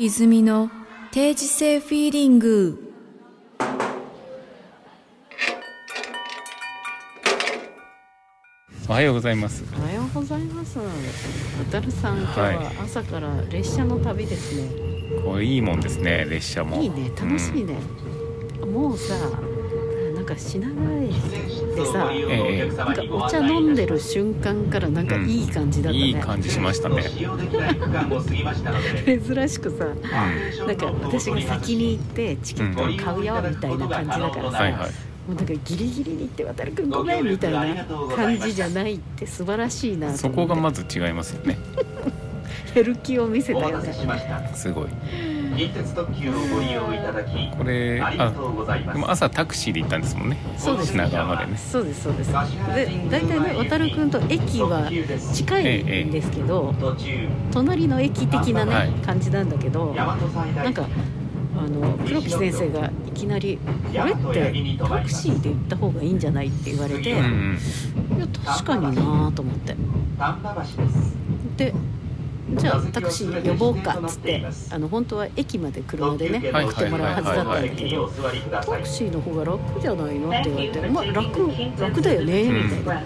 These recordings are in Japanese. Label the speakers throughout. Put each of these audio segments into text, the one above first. Speaker 1: 泉の定時性フィーリング
Speaker 2: おはようございます。
Speaker 3: おはようございます。渡るさん、今日
Speaker 2: は
Speaker 3: は朝から列車の旅ですね。
Speaker 2: これいいもんですね、列車も。
Speaker 3: いいね、楽しいね。もうさ、なんか品川駅でさ、
Speaker 2: うん。ええ
Speaker 3: なんかお茶飲んでる瞬間からなんかいい感じだったね。
Speaker 2: いい感じしましたね。
Speaker 3: 珍しくさ、なんか私が先に行ってチケットを買うよみたいな感じだから
Speaker 2: うん、
Speaker 3: さ、
Speaker 2: はいはい。
Speaker 3: もうなんかギリギリに行って渡るくんごめんみたいな感じじゃないって素晴らしいなと
Speaker 2: そ
Speaker 3: 思
Speaker 2: こ
Speaker 3: って
Speaker 2: がまず違いますよね。
Speaker 3: やる気を見せ
Speaker 4: お
Speaker 3: た
Speaker 4: 待
Speaker 3: よ
Speaker 4: たせ
Speaker 3: ね。
Speaker 4: しました。
Speaker 2: すごい。
Speaker 4: 近鉄特急をご利用いただき、
Speaker 2: これ、
Speaker 4: ありがと
Speaker 2: あ、
Speaker 4: うござい
Speaker 2: で
Speaker 4: ま
Speaker 2: も
Speaker 4: す。
Speaker 2: 朝タクシーで行ったんですもんね。
Speaker 3: そうです
Speaker 2: 品川までね。
Speaker 3: そうですそうです。で大体ね渡るくんと駅は近いんですけど、
Speaker 4: 途中、
Speaker 3: 隣の駅的なね、
Speaker 2: はい
Speaker 3: 感じなんだけど、
Speaker 4: 大和最大
Speaker 3: なんかあの黒木先生がいきなり「これってタクシーで行った方がいいんじゃない?」って言われて、
Speaker 2: うんうん。
Speaker 3: いや確かになと思って
Speaker 4: 丹波橋です。
Speaker 3: でじゃあタクシー呼ぼうかっつってあの本当は駅まで車でね
Speaker 2: はい
Speaker 3: 送ってもらうはずだったんだけど。
Speaker 4: タ
Speaker 3: タク
Speaker 4: シ
Speaker 3: シーの方が楽じゃないのって言われて「まあ楽楽だよね」みたいな、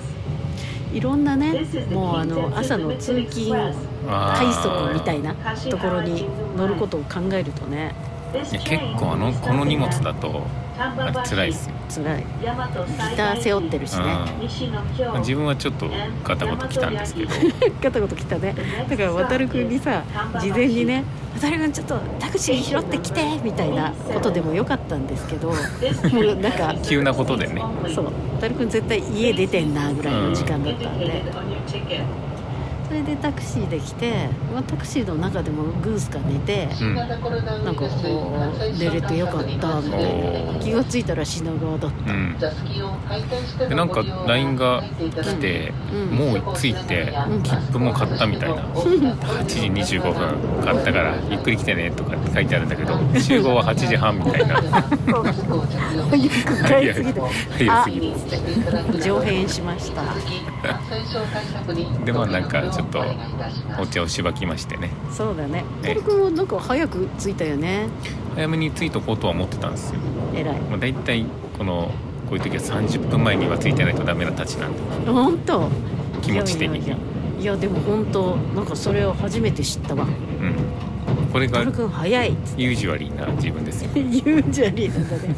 Speaker 3: いろんなねもうあの朝の通勤
Speaker 2: あ
Speaker 3: 快速みた
Speaker 2: い。
Speaker 3: いなところに乗ることを考えるとね
Speaker 2: いや結構あの、この荷物だと、なんか辛いですよ。
Speaker 3: 辛いギター背負ってるしね
Speaker 2: うん。自分はちょっとガタガタ来たんですけど。
Speaker 3: ガタガタ来たね だから渡るくんにさ事前にね「渡るくんちょっとタクシー拾ってきて」みたいなことでもよかったんですけどもうなん か
Speaker 2: 急なことでね。
Speaker 3: そう渡るくん絶対家出てんなぐらいの時間だったんでそれでタクシーで来て、まあ、タクシーの中でもグースか寝て
Speaker 2: うん。
Speaker 3: なんかこう寝れてよかったみたい
Speaker 2: お
Speaker 3: な
Speaker 2: ー
Speaker 3: 気がついたら品川だっ
Speaker 2: う
Speaker 3: た
Speaker 2: ん。で、なんか LINE が来て、
Speaker 3: うん
Speaker 2: もう着いて、
Speaker 3: うん
Speaker 2: 切符も買ったみたいな。8時25分買ったからゆっくり来てねとかって書いてあるんだけど集合は8時半みたいな
Speaker 3: 早く帰りすぎて
Speaker 2: 早すぎる
Speaker 3: 上辺しました
Speaker 2: でまあなんかちょっとお茶をしばきましてね
Speaker 3: そうだね
Speaker 2: ええ
Speaker 3: 渡るくんもなんか早く着いたよね
Speaker 2: 早めに着いとこうとは思ってたんですよ、
Speaker 3: 偉い
Speaker 2: まあ、大体このこういう時は30分前には着いてないとダメなたちなんで
Speaker 3: 本当
Speaker 2: 気持ち的
Speaker 3: い
Speaker 2: に
Speaker 3: やいやいやいやでも本当なんかそれを初めて知ったわ
Speaker 2: うんこれ
Speaker 3: 渡
Speaker 2: が
Speaker 3: るくん早いっつっ
Speaker 2: ユージュアリーな自分ですよ
Speaker 3: て 言うんじゃねえんだね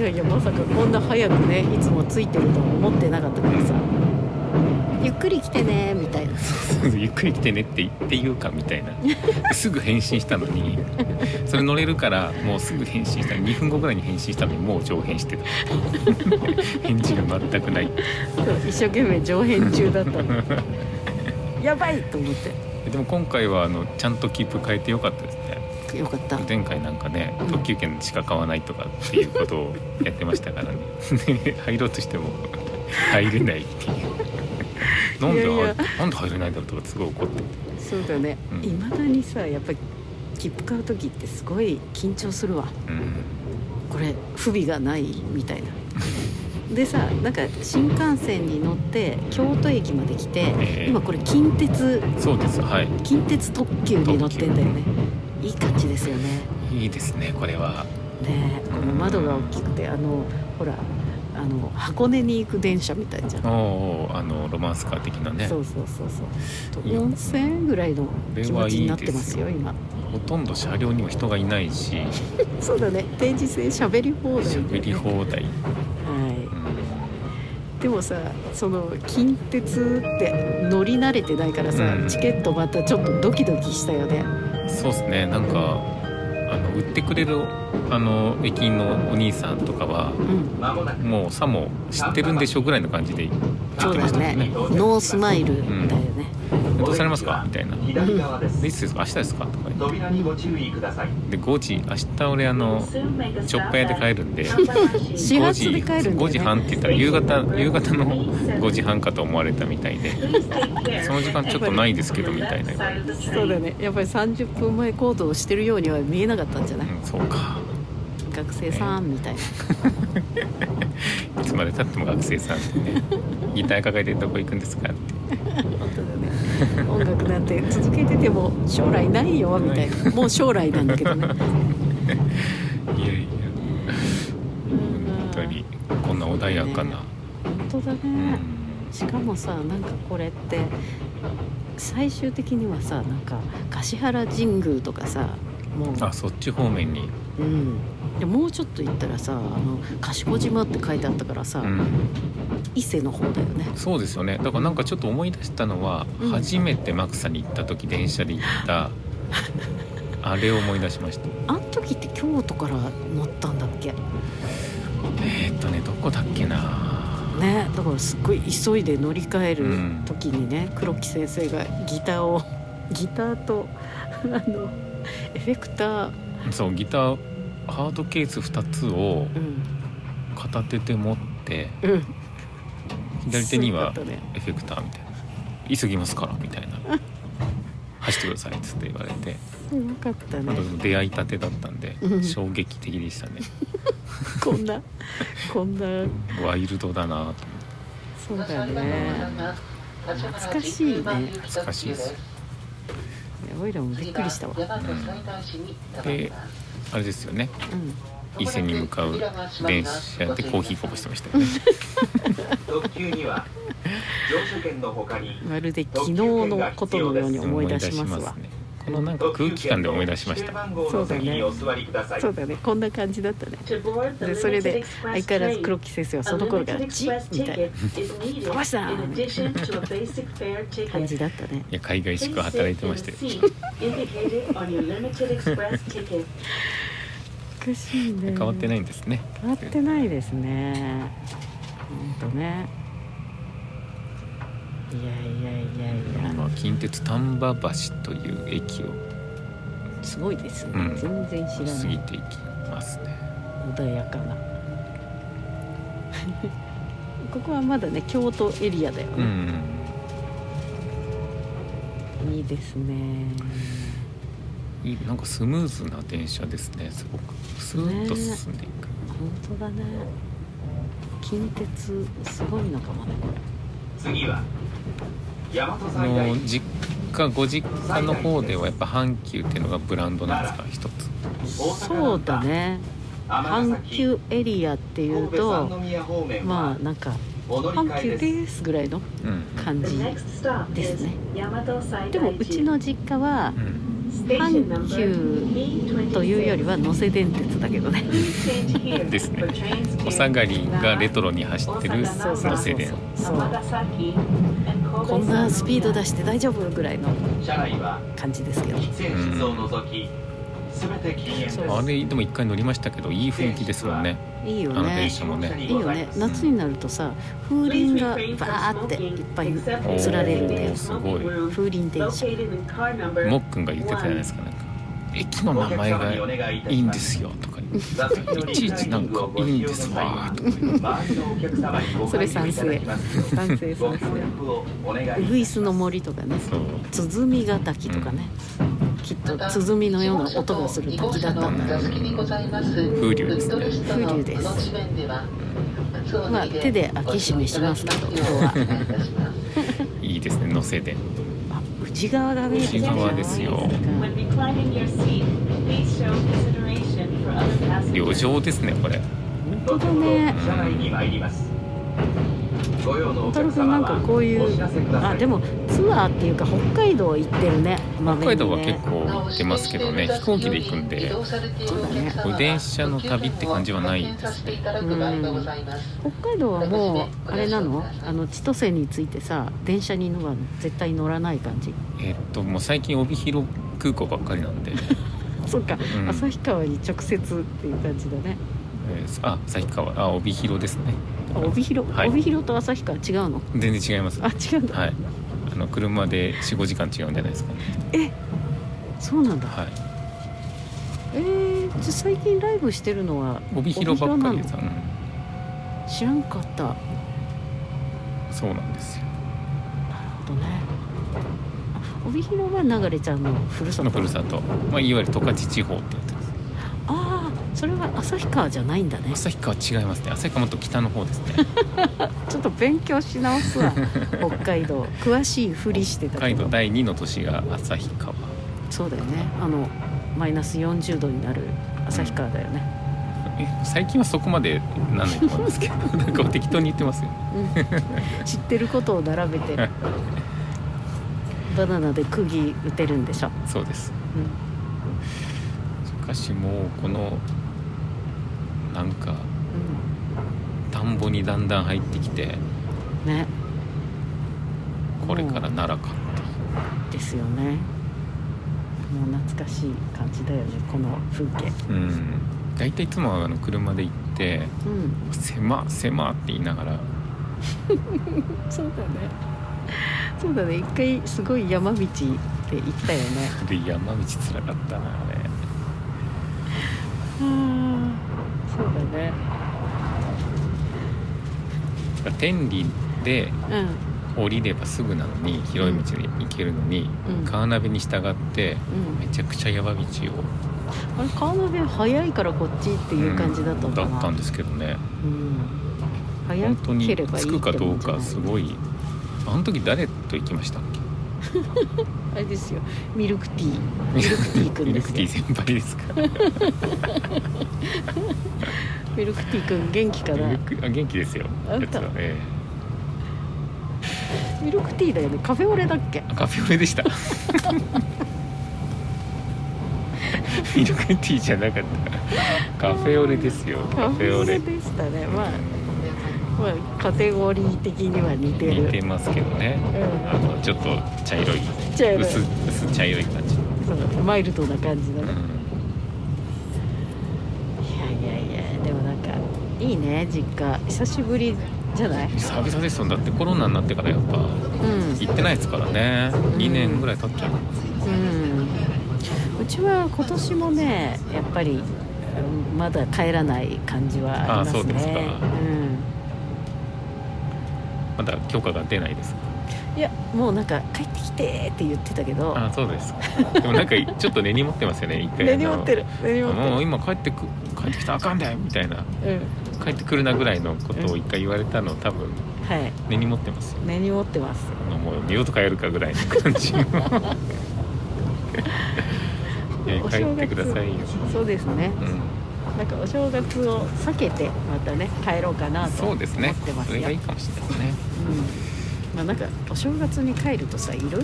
Speaker 3: いやいやまさかこんな早くねいつも着いてるとは思ってなかったからさゆっくり来てねみたいな
Speaker 2: ゆっくり来てねって言って言うかみたい なすぐ返信したのにそれ乗れるからもうすぐ返信した2分後ぐらいに返信したのにもう上返して た返事が全くない
Speaker 3: そう一生懸命上辺中だったの やばいと思っ
Speaker 2: でも今回はあのちゃんと切符変えてよかったですね
Speaker 3: てよかった
Speaker 2: 前回なんかね
Speaker 3: うん
Speaker 2: 特急券しか買わないとかっていうことをやってましたからね で入ろうとしても入れないっていうなんで
Speaker 3: いやいや
Speaker 2: なんで入れないんだろうとかすごい怒って
Speaker 3: そうだね
Speaker 2: うん
Speaker 3: いま、未だにさやっぱり切符買う時ってすごい緊張するわ
Speaker 2: うん
Speaker 3: これ不備がないみたいなでさなんか新幹線に乗って京都駅まで来て、
Speaker 2: ええ
Speaker 3: 今これ近鉄
Speaker 2: そうですはい
Speaker 3: 近鉄特急に乗ってんだよねいい感じですよね
Speaker 2: いいですねこれは
Speaker 3: ねえこの窓が大きくてあのほらあの箱根に行く電車みたいじゃん、
Speaker 2: おーあのロマンスカー的なね
Speaker 3: そうそうそうそう
Speaker 2: いや
Speaker 3: 温泉ぐらいの気持ちになってます
Speaker 2: これ
Speaker 3: よ
Speaker 2: はいいですよ
Speaker 3: 今
Speaker 2: ほとんど車両にも人がいないし
Speaker 3: そうだね定時制喋り放題だよね
Speaker 2: 喋り放題、
Speaker 3: はい
Speaker 2: うん
Speaker 3: でもさその近鉄って乗り慣れてないからさ、
Speaker 2: うん
Speaker 3: チケットまたちょっとドキドキしたよね
Speaker 2: そうですねなんかあの売ってくれるあの駅員のお兄さんとかは
Speaker 3: うん
Speaker 4: まもなく
Speaker 2: もうさも知ってるんでしょぐらいの感じで
Speaker 3: そうだね
Speaker 2: ね
Speaker 3: ノースマイルだよね、
Speaker 2: 「どうされますか?」みたいな「
Speaker 4: 左側です
Speaker 2: い。つですか明日ですか?」とか言っ
Speaker 4: 扉にご注意ください。
Speaker 2: てで5時明日俺あのショップ屋で帰るんで
Speaker 3: 始
Speaker 2: 5
Speaker 3: 発
Speaker 2: 時
Speaker 3: で帰るんだよね
Speaker 2: 5時半って言ったら夕方夕方の5時半かと思われたみたいでその時間ちょっとないですけどみたいな言われて
Speaker 3: そうだねやっぱり30分前行動してるようには見えなかったんじゃない、
Speaker 2: うんそうか
Speaker 3: 学生さんみたいな、
Speaker 2: いつまでたっても学生さんってねギター抱えてどこ行くんですかって
Speaker 3: 本当だね音楽なんて続けてても将来ないよみたいなもう将来なんだけどね
Speaker 2: いやいや本当にこんな穏やかな、
Speaker 3: 本当だね、
Speaker 2: うん
Speaker 3: しかもさなんかこれって最終的にはさなんか橿原神宮とかさもう
Speaker 2: あそっち方面に、
Speaker 3: うんでもうちょっと行ったらさあの賢島って書いてあったからさ、
Speaker 2: うん、
Speaker 3: 伊勢の方だよね
Speaker 2: そうですよねだからなんかちょっと思い出したのは、
Speaker 3: うん
Speaker 2: 初めてマクサに行った時電車で行った あれを思い出しました
Speaker 3: あの時って京都から乗ったんだっけ
Speaker 2: えーっとねどこだっけな
Speaker 3: ねだからすっごい急いで乗り換え
Speaker 2: うん
Speaker 3: る時にね、黒木先生がギターを ギターとあのエフェクター、
Speaker 2: そうギターハードケース2つを
Speaker 3: うん
Speaker 2: 片手で持って
Speaker 3: うん、
Speaker 2: 左手には
Speaker 3: すごかったね
Speaker 2: エフェクターみたいな「急ぎますから」みたいな「走ってください」っつって言われて
Speaker 3: よかった
Speaker 2: ま
Speaker 3: ね
Speaker 2: だ出会いたてだったんで
Speaker 3: うん
Speaker 2: 衝撃的でしたね
Speaker 3: こ んなこんな
Speaker 2: ワイルドだなと
Speaker 3: そうだね懐かしいね
Speaker 2: 懐かしいです
Speaker 3: オイラもびっくりしたわ、
Speaker 2: であれですよね
Speaker 3: うん、
Speaker 2: 伊勢に向かう電車でコーヒーこぼしてましたよね
Speaker 4: 特急には乗車券の他に
Speaker 3: まるで昨日のことのように 思い出しますわ
Speaker 2: ねこのなんか空気感で思い出しました
Speaker 4: そうだね。お座りください。
Speaker 3: そうだねこんな感じだったね
Speaker 5: で
Speaker 3: で
Speaker 5: そ
Speaker 3: そ
Speaker 5: れ
Speaker 3: れ
Speaker 5: で
Speaker 3: で
Speaker 5: 相
Speaker 3: 相変わ
Speaker 5: 変わら
Speaker 3: ら
Speaker 5: ず
Speaker 3: ず
Speaker 5: 黒
Speaker 3: 黒
Speaker 5: 木
Speaker 3: 木先生は
Speaker 5: そ
Speaker 3: そ
Speaker 5: の
Speaker 3: の
Speaker 5: 頃
Speaker 3: 頃
Speaker 5: か
Speaker 3: からら
Speaker 5: チ
Speaker 3: チ
Speaker 5: ッ
Speaker 3: ッ
Speaker 5: み
Speaker 3: み
Speaker 5: た
Speaker 3: た
Speaker 5: い
Speaker 3: い
Speaker 5: な
Speaker 3: な
Speaker 5: 飛ばした
Speaker 3: 感じだったね
Speaker 2: いや海外宿働いてましたよ
Speaker 5: よ
Speaker 3: おかしいね
Speaker 2: 変わってないんですね
Speaker 3: 変わってないですねほんとねいやいやいやいや
Speaker 2: 今近鉄丹波橋という駅を
Speaker 3: すごいですね、
Speaker 2: うん
Speaker 3: 全然知
Speaker 2: 過
Speaker 3: らな
Speaker 2: ぎ
Speaker 3: い
Speaker 2: ていきますね
Speaker 3: 穏やかな ここはまだね京都エリアだよ
Speaker 2: う
Speaker 3: ね、
Speaker 2: ん
Speaker 3: いいですね
Speaker 2: いいなんかスムーズな電車ですねすごくスーッと進んでいく、
Speaker 3: 本当だね近鉄すごいのかもねこれ
Speaker 4: 次は大和
Speaker 2: あ
Speaker 4: 最大
Speaker 2: の実家ご実家の方ではやっぱ阪急っていうのがブランドなんですか一つ
Speaker 3: そうだね阪急エリアっていうとまあなんか阪急ですぐらいの
Speaker 2: うん
Speaker 3: 感じ
Speaker 5: ですね
Speaker 3: で
Speaker 5: で
Speaker 3: も
Speaker 5: も
Speaker 3: う
Speaker 5: う
Speaker 3: ち
Speaker 5: ちの
Speaker 3: の実家は
Speaker 2: うん
Speaker 5: 阪急
Speaker 3: と
Speaker 5: と
Speaker 3: い
Speaker 5: いうう
Speaker 3: よ
Speaker 5: よ
Speaker 3: り
Speaker 5: り
Speaker 3: は
Speaker 5: は
Speaker 3: 能勢電鉄だけどね
Speaker 2: ですねお下がりがレトロに走ってる
Speaker 5: そうそう
Speaker 2: のせで
Speaker 3: そうこんなスピード出して大丈夫ぐらいの
Speaker 4: 車内は
Speaker 3: 感じですけど
Speaker 4: 喫煙室を除きすべて禁煙です
Speaker 2: あれでも一回乗りましたけどいい雰囲気ですもんね
Speaker 3: いいよ
Speaker 2: あの電
Speaker 3: ね
Speaker 2: 車もね
Speaker 3: いいよね夏になるとさ風鈴がバーっていっぱい吊られるんだよ
Speaker 2: おーすごい
Speaker 3: 風鈴電車
Speaker 2: もっくんが言ってたじゃないですかなんか駅の
Speaker 4: お
Speaker 2: 名
Speaker 4: 客
Speaker 2: 前
Speaker 4: 様にお
Speaker 2: が
Speaker 4: 願いいた
Speaker 2: いい
Speaker 4: し
Speaker 2: ん
Speaker 4: ま
Speaker 2: ですすよとか言っていちいちなんかいいんですわーとか言って
Speaker 4: 周りのお客様にご
Speaker 3: それ
Speaker 4: 配慮
Speaker 3: 賛
Speaker 4: いた
Speaker 3: 成
Speaker 4: だきますよ
Speaker 3: 賛成
Speaker 4: ご
Speaker 3: 賛
Speaker 4: 協
Speaker 3: 成
Speaker 4: 力をお願いいたしま
Speaker 3: ウ
Speaker 4: す
Speaker 3: グイスの森とかね
Speaker 2: そう
Speaker 3: 鼓ヶ滝とかね、きっと鼓のような音がする滝だったんだ
Speaker 2: 風流ですね
Speaker 3: 風流ですまあ手で開け閉めしま すけど今日はい
Speaker 2: いですね乗せで
Speaker 3: あ内側が見えてきた
Speaker 2: 内側ですよ旅情ですねこれ
Speaker 3: 本当だね
Speaker 4: 車内に参りますご用のお
Speaker 3: 太郎
Speaker 4: 客
Speaker 3: くんな
Speaker 4: 様
Speaker 3: んか
Speaker 4: は
Speaker 3: こうい
Speaker 4: お知らせくだ
Speaker 3: う
Speaker 4: さい
Speaker 3: あでもツアーっていうか北海道行ってるねまめ
Speaker 2: 北海
Speaker 3: にね
Speaker 2: 道は結構行ってますけどね飛行機で行くんで
Speaker 3: そうだね
Speaker 2: こう電車の旅って感じはないですね
Speaker 3: うん北海道はもうあれなのあの千歳に着いてさ電車に乗ら絶対乗らない感じ
Speaker 2: えっともう最近帯広空港ばっかりなんで、
Speaker 3: そっか、
Speaker 2: うん
Speaker 3: 旭川に直接っていう感じだね
Speaker 2: えーあ旭川あ帯広ですね
Speaker 3: あ帯広、
Speaker 2: はい
Speaker 3: 帯広と旭川違うの
Speaker 2: 全然違います
Speaker 3: あ
Speaker 2: は
Speaker 3: 違うんだ、
Speaker 2: いあの車で45時間違うんじゃないですかね
Speaker 3: そうなんだ、
Speaker 2: はい
Speaker 3: えー、じゃあ最近ライブしてるのは
Speaker 2: 帯広ばっかりです、
Speaker 3: 帯広
Speaker 2: うん、
Speaker 3: なの知らんかったなる
Speaker 2: そうなんですよ
Speaker 3: ほどねあ帯広は流れちゃんのふるさ
Speaker 2: そ
Speaker 3: と
Speaker 2: のふるさと、まあ、いわゆる十勝地方ってやつです
Speaker 3: あそれは旭川じゃないんだね
Speaker 2: 旭川違いますね旭川もっと北の方です ね
Speaker 3: ちょっと勉強し直す わ北海道詳しいふりして
Speaker 2: 北
Speaker 3: たけ
Speaker 2: 海
Speaker 3: ど
Speaker 2: 道第2の都市が旭川
Speaker 3: そうだよねあのマイナス40度になる旭川だよね、
Speaker 2: え最近はそこまでなんないと思いますけどなんか適当に言ってますよね
Speaker 3: うん、知ってることを並べてバナナで釘打てるんでしょ、
Speaker 2: そうです
Speaker 3: うん
Speaker 2: しかしもうこのなんか田んぼにだんだん入ってきて
Speaker 3: うん、ね
Speaker 2: これから奈良か
Speaker 3: ですよねもう懐かしい感じだよねこの風景
Speaker 2: うん大体いつもはあの車で行って
Speaker 3: う
Speaker 2: 「
Speaker 3: ん
Speaker 2: 狭狭」って言いながら
Speaker 3: そうだねそうだね一回すごい山道で行ったよね
Speaker 2: で山道つらかったなあれ
Speaker 3: そうだね
Speaker 2: だから天理で
Speaker 3: うん
Speaker 2: 降りればすぐなのに広い道で行けるのに、
Speaker 3: うん
Speaker 2: カーナビに従って
Speaker 3: うん
Speaker 2: めちゃくちゃ山道を
Speaker 3: あれ川の辺早いからこっちっていう感じだったのかな、
Speaker 2: だったんですけどね
Speaker 3: うん早
Speaker 2: 本当に
Speaker 3: ければいい
Speaker 2: 着
Speaker 3: っても
Speaker 2: く
Speaker 3: ん
Speaker 2: か
Speaker 3: じゃない
Speaker 2: どうかすごいあの時誰と行きましたっけ
Speaker 3: あれですよミルクティーミルクティーくん
Speaker 2: ミ
Speaker 3: で
Speaker 2: ルク
Speaker 3: す
Speaker 2: ティー
Speaker 3: よ
Speaker 2: 先輩ですから
Speaker 3: ミルクティーくん元気かな
Speaker 2: ミルクあ元気ですよ
Speaker 3: あん
Speaker 2: やつ
Speaker 3: た
Speaker 2: はえ
Speaker 3: ミルクティーだよねカフェオレだっけ
Speaker 2: えあカフェオレで したミルクティーじゃなかったカフェオレですよカフェオレ
Speaker 3: でしたねまあ、まあ、カテゴリー的には似てる
Speaker 2: 似てますけどね
Speaker 3: うん
Speaker 2: あのちょっと茶色い
Speaker 3: 茶色い
Speaker 2: 薄薄茶色い感じ、
Speaker 3: そうマイルドな感じだ
Speaker 2: う
Speaker 3: ね
Speaker 2: ん、
Speaker 3: いやいやいやでもなんかいいね実家久しぶりじゃない
Speaker 2: 久々ですよだってコロナになってからやっぱ
Speaker 3: うん
Speaker 2: 行ってないですからね2年ぐらい経っちゃう
Speaker 3: うんうちは今年もねやっぱりうんまだ帰らない感じはありますね
Speaker 2: あそうですか
Speaker 3: うん、
Speaker 2: まだ許可が出ないです
Speaker 3: いやもうなんか帰ってきてって言ってたけど
Speaker 2: あそうですでもなんかちょっと根に持ってますよね一回
Speaker 3: 根に持って
Speaker 2: る
Speaker 3: る根に持って
Speaker 2: もう今帰ってく帰ってきたらあかんでみたいな
Speaker 3: る、
Speaker 2: 帰ってくるなぐらいのことを一回言われたの多分
Speaker 3: うん、はい
Speaker 2: 根に持ってますよ
Speaker 3: 根に持ってます
Speaker 2: あのもう二度と帰るかぐらい の感じえ
Speaker 3: お
Speaker 2: 帰
Speaker 3: 正
Speaker 2: って
Speaker 3: 月
Speaker 2: くださいよ、
Speaker 3: そうですね
Speaker 2: うん、
Speaker 3: なんかお正月を避けてまたね帰ろうかなと
Speaker 2: そ
Speaker 3: 思っ
Speaker 2: う
Speaker 3: て
Speaker 2: ですね
Speaker 3: ま
Speaker 2: そ
Speaker 3: す
Speaker 2: れ
Speaker 3: よ
Speaker 2: がいいかもしれないですね
Speaker 3: うんまあなんかお正月に帰るとさいろいろ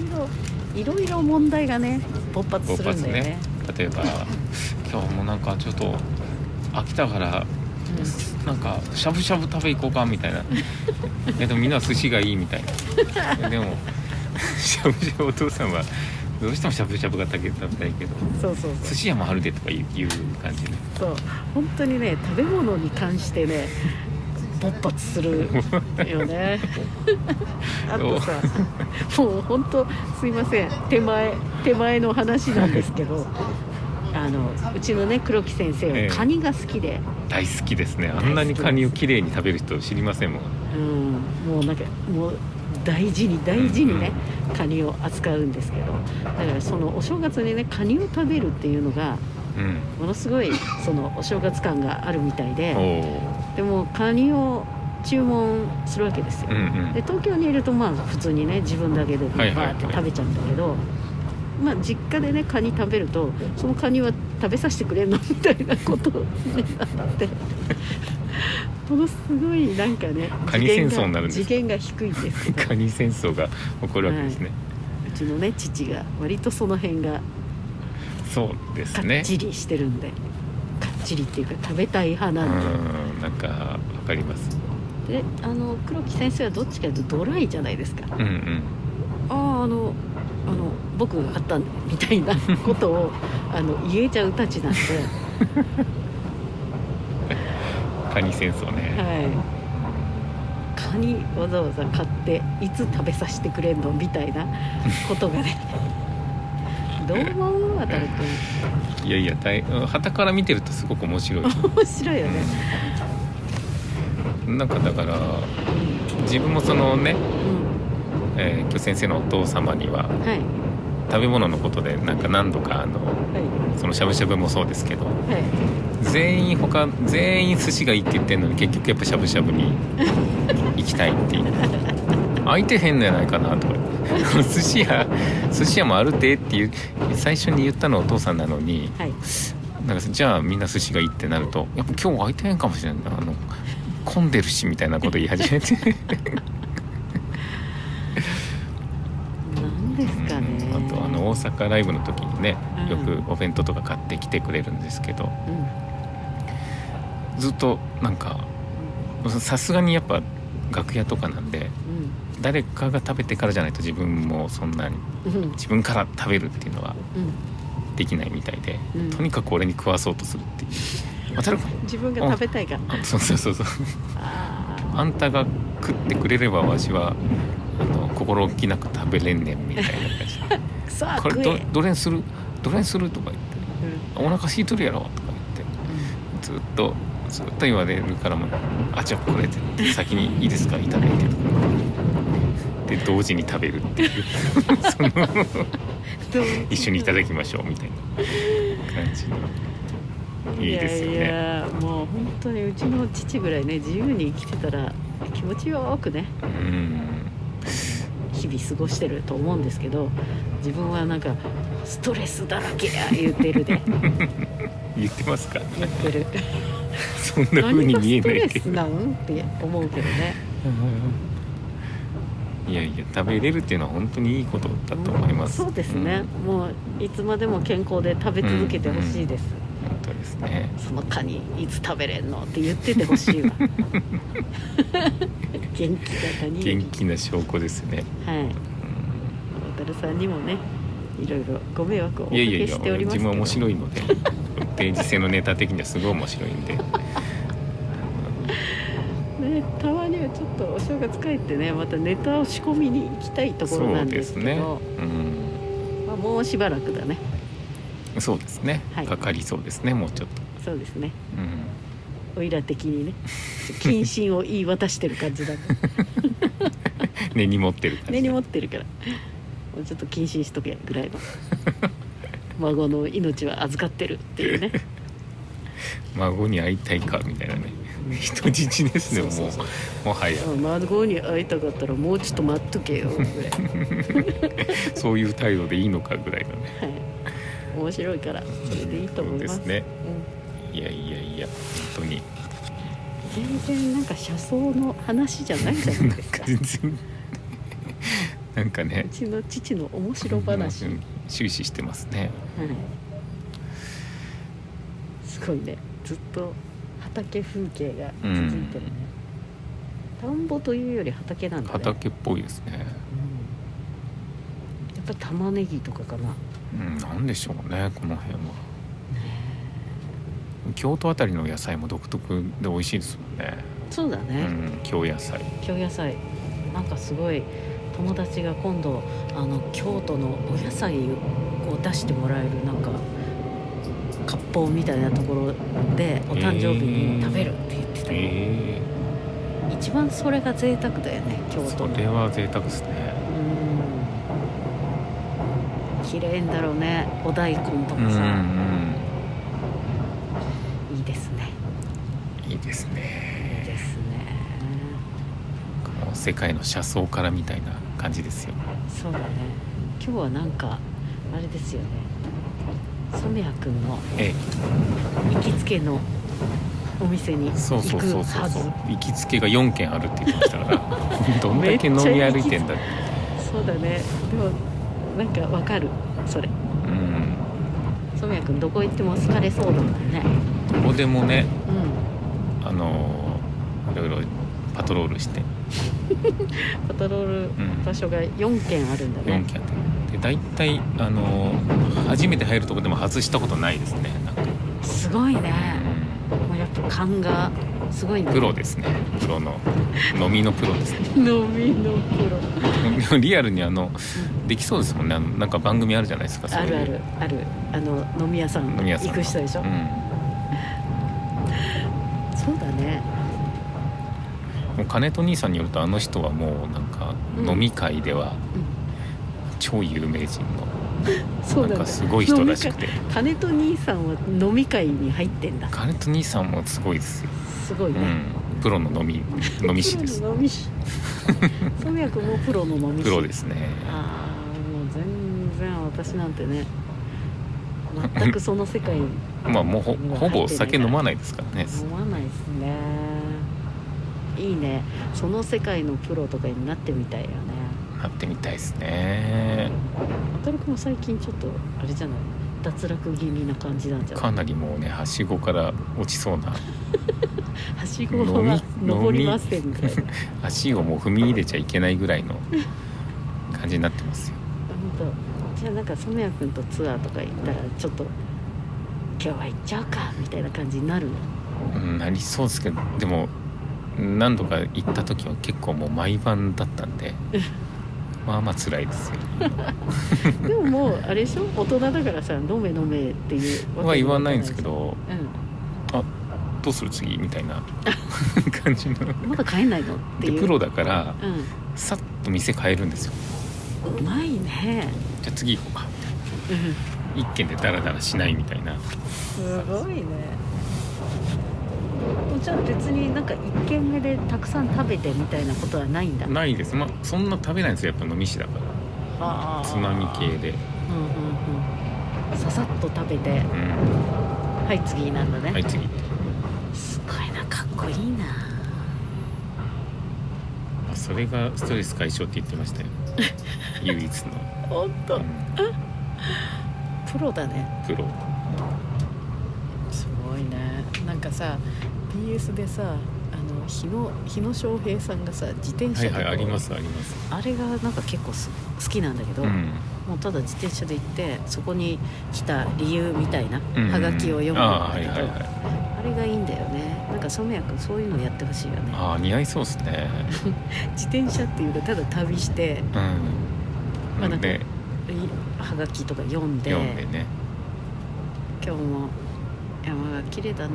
Speaker 3: いろいろ問題がね勃発するんだよね
Speaker 2: 例えば今日もなんかちょっと飽きたからなんかしゃぶしゃぶ食べ行こうかみたいないやでもみんなは寿司がいいみたい なでもしゃぶしゃぶお父さんはどうしてもしゃぶしゃぶが食べたいけど
Speaker 3: うんそうそう
Speaker 2: 寿
Speaker 3: そう
Speaker 2: 司屋もあるでとかいういう感じで
Speaker 3: そう本当にね食べ物に関してね勃発するよ ねあとさもう本当すいません手前手前の話なんですけどあのうちのね黒木先
Speaker 2: ええ
Speaker 3: 生はカニが好きで、
Speaker 2: 大好きですねあんなにカニをきれいに食べる人知りませんもん
Speaker 3: うん、もうなんかもう大事に大事にね、カニを扱うんですけどだからそのお正月にねカニを食べるっていうのが
Speaker 2: うん
Speaker 3: ものすごいそのお正月感があるみたいで
Speaker 2: おお
Speaker 3: でもカニを注文するわけですよ、
Speaker 2: うんうん
Speaker 3: で東京にいるとまあ普通にね自分だけで
Speaker 2: はいはい
Speaker 3: バーって食べちゃうんだけど、まあ実家でねカニ食べるとそのカニは食べさせてくれんのみたいなことになってものすごいなんかね
Speaker 2: カニ戦争になるんです
Speaker 3: 次元が次元が低いん ですけど
Speaker 2: カニ戦争が起こるわけですね、
Speaker 3: うちのね父が割とその辺が
Speaker 2: そうです
Speaker 3: か
Speaker 2: ね
Speaker 3: っちりしてるんで、かっちりっていうか食べたい派
Speaker 2: う
Speaker 3: なんで。
Speaker 2: んなんかわかります
Speaker 3: であの黒木先生はどっちかというとドライじゃないですか
Speaker 2: うんうん
Speaker 3: あああのあの僕が買ったんだみた いなことをあの言えちゃうたちなんで、
Speaker 2: カニ戦争ね
Speaker 3: はい、カニわざわざ買っていつ食べさせてくれんのみたいなことがね どう思う渡るく
Speaker 2: いやいや大旗から見てるとすごく面白い、
Speaker 3: ん面白いよね、
Speaker 2: うんなんかだから自分もそのね、
Speaker 3: うん
Speaker 2: えー、今日先生のお父様には
Speaker 3: はい
Speaker 2: 食べ物のことでなんか何度かあの
Speaker 3: はい
Speaker 2: そのしゃぶしゃぶもそうですけど
Speaker 3: はい
Speaker 2: 全員他全員寿司がいいって言ってんのに結局やっぱしゃぶしゃぶに行きたいっていう空いてへんのやないかなと か寿司屋寿司屋もあるてっていう最初に言ったのお父さんなのに
Speaker 3: はい
Speaker 2: なんかじゃあみんな寿司がいいってなるとやっぱ今日空いてへんかもしれないなあの混んでるしみたいなこと言い始めて
Speaker 3: 何ですかね
Speaker 2: うんあとあの大阪ライブの時にねよく
Speaker 3: う
Speaker 2: お弁当とか買ってきてくれるんですけど
Speaker 3: うん
Speaker 2: ずっとなんかさすがにやっぱ楽屋とかなんで誰かが食べてからじゃないと自分もそんなに
Speaker 3: うんうん
Speaker 2: 自分から食べるっていうのは
Speaker 3: うん
Speaker 2: できないみたいで、
Speaker 3: うん
Speaker 2: とにかく俺に食わそうとするっていう渡る
Speaker 3: 自分が食べたいから
Speaker 2: あそうそうそうそう
Speaker 3: あ
Speaker 2: あんたが食ってくれればわしはあの心置きなく食べれんねんみたいな感じで
Speaker 3: ーさ
Speaker 2: 「
Speaker 3: あ
Speaker 2: これ
Speaker 3: 食え、う
Speaker 2: どどれにするどれにする?」とか言って「
Speaker 3: ん
Speaker 2: お腹空いとるやろ」とか言ってずっとずっと言われるからもう「あじゃあこれ」って先に「いいですかいただいて」とかで同時に食べるっていうその
Speaker 3: どう
Speaker 2: 一緒にいただきましょうみたいな感じのいいですよね
Speaker 3: いやいやもう本当にうちの父ぐらいね自由に生きてたら気持ちよくね
Speaker 2: うん
Speaker 3: 日々過ごしてると思うんですけど自分はなんかストレスだらけや言ってる で
Speaker 2: 言ってますか
Speaker 3: 言ってる
Speaker 2: そんな風に見えないけど
Speaker 3: 何がストレスなんって思うけどね
Speaker 2: いやいや食べれるっていうのは本当にいいことだと思います、
Speaker 3: そうですね、もういつまでも健康で食べ続けてほしいです、
Speaker 2: うん本当ですね
Speaker 3: そのカニいつ食べれんのって言っててほし いわ元気なカニ
Speaker 2: 元気な証拠ですね、
Speaker 3: はい
Speaker 2: うん
Speaker 3: 渡るさんにもねいろいろご迷惑をおか
Speaker 2: いやいや
Speaker 3: け
Speaker 2: いや
Speaker 3: しております
Speaker 2: 自
Speaker 3: けど
Speaker 2: 分は面白いの で定時制のネタ的にはすごい面白いんで
Speaker 3: ね、たまにはちょっとお正月帰ってねまたネタを仕込みに行きたいところなんですけど
Speaker 2: そうですね、
Speaker 3: まあ、もうしばらくだね
Speaker 2: うん、そうですね、
Speaker 3: はい
Speaker 2: かかりそうですねもうちょっと、
Speaker 3: そうですね
Speaker 2: うん
Speaker 3: おいら的にね謹慎を言い渡してる感じ だね
Speaker 2: 根に持ってる感じ
Speaker 3: 根に持ってるからもうちょっと謹慎しとけぐら いの孫の命は預かってるってい うね
Speaker 2: 孫に会いたいかみたいなね人質ですねもうもはや
Speaker 3: 孫に会いたかったらもうちょっと待っとけよぐらい、
Speaker 2: そういう態度でいいのかぐらいのね
Speaker 3: はい、面白いからそれでいいと思います
Speaker 2: そうですね
Speaker 3: うん
Speaker 2: いやいやいや本当に
Speaker 3: 全然なんか車窓の話じゃないじゃないですか
Speaker 2: 全然なんかね
Speaker 3: うちの父の面白話、
Speaker 2: うん終始してますね
Speaker 3: はいすごいねずっと畑風景が続いてるね、田んぼというより畑なんだね、
Speaker 2: 畑っぽいですね
Speaker 3: うんやっぱ玉ねぎとかかな
Speaker 2: うんなんでしょうねこの辺は京都あたりの野菜も独特で美味しいですもんね、
Speaker 3: そうだ
Speaker 2: う
Speaker 3: ね、
Speaker 2: ん、京野菜
Speaker 3: 京野菜なんかすごい友達が今度あの京都のお野菜を出してもらえるなんか割烹みたいなところでお誕生日に食べるって言ってた、
Speaker 2: え
Speaker 3: 一番それが贅沢だよね京
Speaker 2: え
Speaker 3: 都
Speaker 2: そ
Speaker 3: の
Speaker 2: れは贅沢ですね
Speaker 3: うん綺麗だろうねお大根と
Speaker 2: うんう
Speaker 3: かさ、
Speaker 2: ん
Speaker 3: いいですね
Speaker 2: いいです
Speaker 3: いい
Speaker 2: ね
Speaker 3: ですね
Speaker 2: もう世界の車窓からみたいな感じですよ
Speaker 3: そうだね今日はなんかあれですよね染谷君の
Speaker 2: え
Speaker 3: 行きつけのお店に
Speaker 2: え
Speaker 3: 行く
Speaker 2: そうそうそうそう
Speaker 3: は
Speaker 2: そう
Speaker 3: ず
Speaker 2: 行きつけが4軒あるって言ってま したからどんだけ飲み歩いてんだって
Speaker 3: そうだねでもなんかわかるそれ
Speaker 2: うん
Speaker 3: 染谷君どこ行っても好かれそうだもんね
Speaker 2: どこでもね
Speaker 3: う
Speaker 2: あのーいろいろパトロールして
Speaker 3: んパトロール
Speaker 2: うん
Speaker 3: 場所が4軒あるんだ
Speaker 2: 4
Speaker 3: ね、
Speaker 2: 軒あってで大体あのー初めて入るとこでも外したことないですねなんか、
Speaker 3: すごいね
Speaker 2: う
Speaker 3: もうやっぱ勘がすごいね
Speaker 2: ん、プロですねプロの飲みのプロですね
Speaker 3: 飲みのプロ
Speaker 2: リアルにあのできそうですもんねあのなんか番組あるじゃないですかそう
Speaker 3: あ
Speaker 2: いう
Speaker 3: るあるあるあの飲み屋さん
Speaker 2: 飲み屋さん
Speaker 3: 行
Speaker 2: の
Speaker 3: く人でしょ、
Speaker 2: うん、
Speaker 3: そうだね
Speaker 2: もう金戸兄さんによるとあの人はもうなんか
Speaker 3: うん
Speaker 2: 飲み会では
Speaker 3: う
Speaker 2: 超有名人の
Speaker 3: そうなんだ
Speaker 2: なんかすごい人らしくて
Speaker 3: 飲み会金と兄さんは飲み会に入ってんだ
Speaker 2: ガレット兄さんもすごいですよ、
Speaker 3: すごいうね、
Speaker 2: ん、プロの飲み飲み師です
Speaker 3: プロの飲み師染谷君もプロの飲み師
Speaker 2: プロですね
Speaker 3: ああもう全然私なんてね全くその世界に
Speaker 2: まあもうほほぼ酒飲まないですからね
Speaker 3: 思わないですねいいねその世界のプロとかになってみたいよね
Speaker 2: なってみたいですね
Speaker 3: 渡るくも最近ちょっとあれじゃない脱落気味な感じなんじゃな
Speaker 2: か
Speaker 3: い
Speaker 2: なりもうねはしごから落ちそうな
Speaker 3: はしごは
Speaker 2: 飲み
Speaker 3: 登りませんみたいな
Speaker 2: 足をもう踏み入れちゃいけないぐらいの感じになってますよ
Speaker 3: 本当じゃあなんか染谷君とツアーとか行ったらちょっと今日は行っちゃうかみたいな感じになる
Speaker 2: うんなりそうですけどでも何度か行った時は結構もう毎晩だったん でまあまあ辛いですよ
Speaker 3: でももうあれでしょ大人だからさ飲め飲めっていうわけにもか
Speaker 2: は言わないんですけど
Speaker 3: う
Speaker 2: どうする次みたいな 感じの
Speaker 3: んまだ帰んないのって
Speaker 2: で
Speaker 3: いう
Speaker 2: プロだから
Speaker 3: う
Speaker 2: さっと店変えるんですよ
Speaker 3: んうまいね
Speaker 2: じゃあ次行こうか
Speaker 3: うん
Speaker 2: 一軒でダラダラしないみたいな
Speaker 3: すごいねじゃあ別になんか1軒目でたくさん食べてみたいなことはないんだ
Speaker 2: ないですまあそんな食べないんですよやっぱ飲み師だから
Speaker 3: あー
Speaker 2: つまみ系で
Speaker 3: うんうんうんささっと食べて
Speaker 2: うん
Speaker 3: はい次なんだね、
Speaker 2: はい次
Speaker 3: すごいなかっこいいな
Speaker 2: それがストレス解消って言ってま したよ唯一の、
Speaker 3: ほん
Speaker 2: う
Speaker 3: と
Speaker 2: ん、
Speaker 3: プロだね
Speaker 2: プロ
Speaker 3: すごいねなんかさ BS でさあの日野日野翔平さんがさ自転
Speaker 2: は
Speaker 3: 車
Speaker 2: い
Speaker 3: とか
Speaker 2: はいありますあります
Speaker 3: あれがなんか結構す好きなんだけど、
Speaker 2: うん
Speaker 3: もうただ自転車で行ってそこに来た理由みたいな
Speaker 2: うん
Speaker 3: はがきを読むん
Speaker 2: あ
Speaker 3: だ
Speaker 2: あは
Speaker 3: け
Speaker 2: い
Speaker 3: ど
Speaker 2: はいはい
Speaker 3: あれがいいんだよねなんか染谷君そういうのやってほしいよね
Speaker 2: ああ似合いそうですね
Speaker 3: 自転車っていうかただ旅して
Speaker 2: うん
Speaker 3: まあ
Speaker 2: なんで
Speaker 3: いはがきとか読んで
Speaker 2: 読んでね
Speaker 3: 今日も山が綺麗だね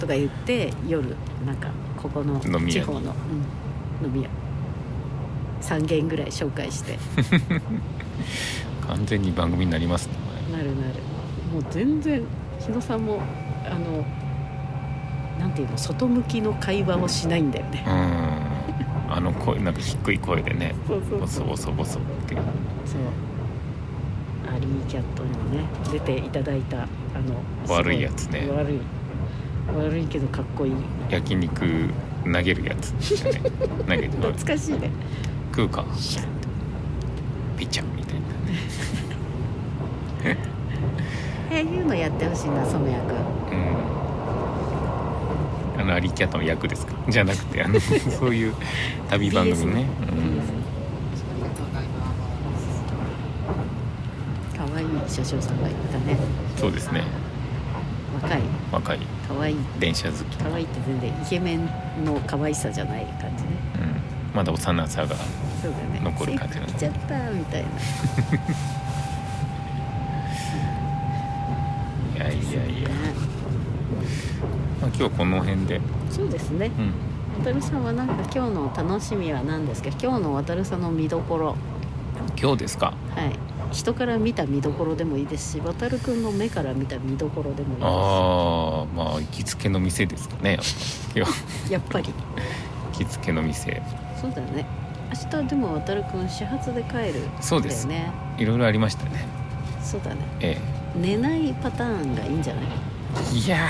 Speaker 3: とか言って夜なんかここの
Speaker 2: 飲み屋に
Speaker 3: 地方のうん、飲み屋3軒ぐらい紹介して
Speaker 2: 完全に番組になりますね
Speaker 3: なるなるもう全然日野さんもあのなんていうの外向きの会話をしないんだよね
Speaker 2: うんあの声なんか低い声でね
Speaker 3: そうそ
Speaker 2: ボソボソボソって
Speaker 3: そうアリーキャットにもね出ていただいたあの
Speaker 2: 悪いやつね
Speaker 3: すごい悪い悪いけどかっこいい
Speaker 2: 焼肉投げるやつでしたね投げて
Speaker 3: 懐かしいね
Speaker 2: 食うか
Speaker 3: シャッと
Speaker 2: ピチャみたいな
Speaker 3: えいうのやってほしいな染谷君
Speaker 2: うんあのアリキャットの役ですかじゃなくてあのそういう旅番組ね、
Speaker 3: かわいい車掌さんがいたね
Speaker 2: うん、そうですね
Speaker 3: 若い
Speaker 2: 若い
Speaker 3: かわいい
Speaker 2: 電車好き、
Speaker 3: かわいいって全然イケメンの可愛さじゃない感じね
Speaker 2: うん、まだ幼さが
Speaker 3: そうだね
Speaker 2: 残る感じなの
Speaker 3: 制服着ちゃったみたいない
Speaker 2: やいやいや、
Speaker 3: ね
Speaker 2: まあ、今日はこの辺で、
Speaker 3: そうですね
Speaker 2: うん、
Speaker 3: 渡るさんはなんか今日の楽しみは何ですか今日の渡るさんの見どころ
Speaker 2: 今日ですか
Speaker 3: はい人から見た見どころでもいいですし渡るくんの目から見た見どころでもいいで
Speaker 2: ああまあ行きつけの店ですかねやっぱ今日は
Speaker 3: すやっぱり
Speaker 2: 行きつけの店
Speaker 3: そうだよね明日はでも渡るくん始発で帰る
Speaker 2: そうで
Speaker 3: だよ
Speaker 2: す
Speaker 3: ね
Speaker 2: いろいろありましたね
Speaker 3: そうだね
Speaker 2: え
Speaker 3: 寝ないパターンがいいんじゃない
Speaker 2: えいや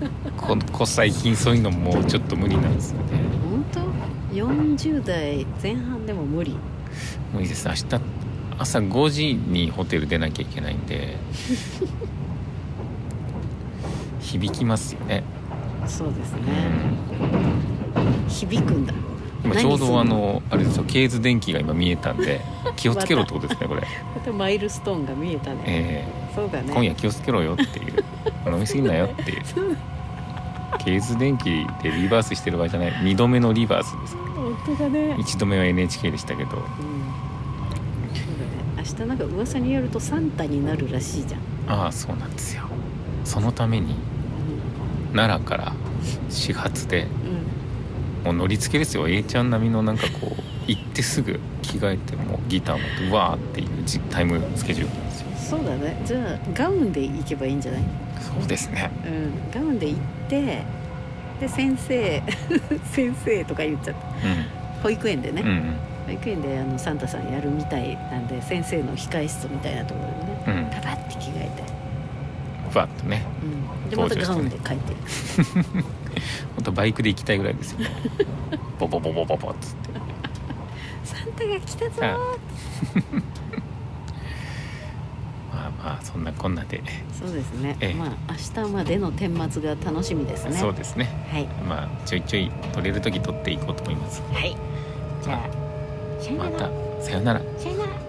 Speaker 2: ーここ最近そういうのもうちょっと無理なんですよね
Speaker 3: 本当40代前半でも無理
Speaker 2: 無理です明日朝5時にホテル出なきゃいけないんで 響きますよね、
Speaker 3: そうです
Speaker 2: う
Speaker 3: ね
Speaker 2: ん、
Speaker 3: 響くんだ
Speaker 2: 今
Speaker 3: 何
Speaker 2: ちょう
Speaker 3: すんの
Speaker 2: どあのあれですよケーズ電気が今見えたんで気をつけろってことですねこれ、
Speaker 3: またマイルストーンが見えたね
Speaker 2: え
Speaker 3: そうだ
Speaker 2: え
Speaker 3: ね
Speaker 2: 今夜気をつけろよって いう飲みすぎんなよっていうケーズ電気でリバースしてる場合じゃない2度目のリバースです
Speaker 3: 本当だね
Speaker 2: 1度目は NHK でしたけど
Speaker 3: うんそうだね明日なんか噂によるとサンタになるらしいじゃん、
Speaker 2: ああそうなんですよそのために奈良から始発で
Speaker 3: うん
Speaker 2: もう乗り付けですよ A ちゃん並みのなんかこう行ってすぐ着替えてもうギター持ってわーっていうじタイムスケジュールなんですよ
Speaker 3: そうだねじゃあガウンで行けばいいんじゃない、
Speaker 2: そうですね
Speaker 3: うん、ガウンで行ってで先生 先生とか言っちゃった保育園でね、
Speaker 2: うんうん
Speaker 3: 保育園であのサンタさんやるみたいなんで先生の控え室みたいなところにね
Speaker 2: うんうん
Speaker 3: パパって着替えて、
Speaker 2: わーっとね
Speaker 3: うん、でまたガウンで帰って
Speaker 2: 本当バイクで行きたいぐらい ですよねボボボボボボっつって
Speaker 3: サンタが来たぞ
Speaker 2: あ
Speaker 3: ー
Speaker 2: まあまあそんなこんなで、
Speaker 3: そうですね、
Speaker 2: ええ
Speaker 3: まあ明日までの顛末が楽しみですね
Speaker 2: そうですね
Speaker 3: はい
Speaker 2: まあちょいちょい撮れる時撮っていこうと思います
Speaker 3: はいじゃあさよ
Speaker 2: ま
Speaker 3: なら
Speaker 2: たさよなら
Speaker 3: さよなら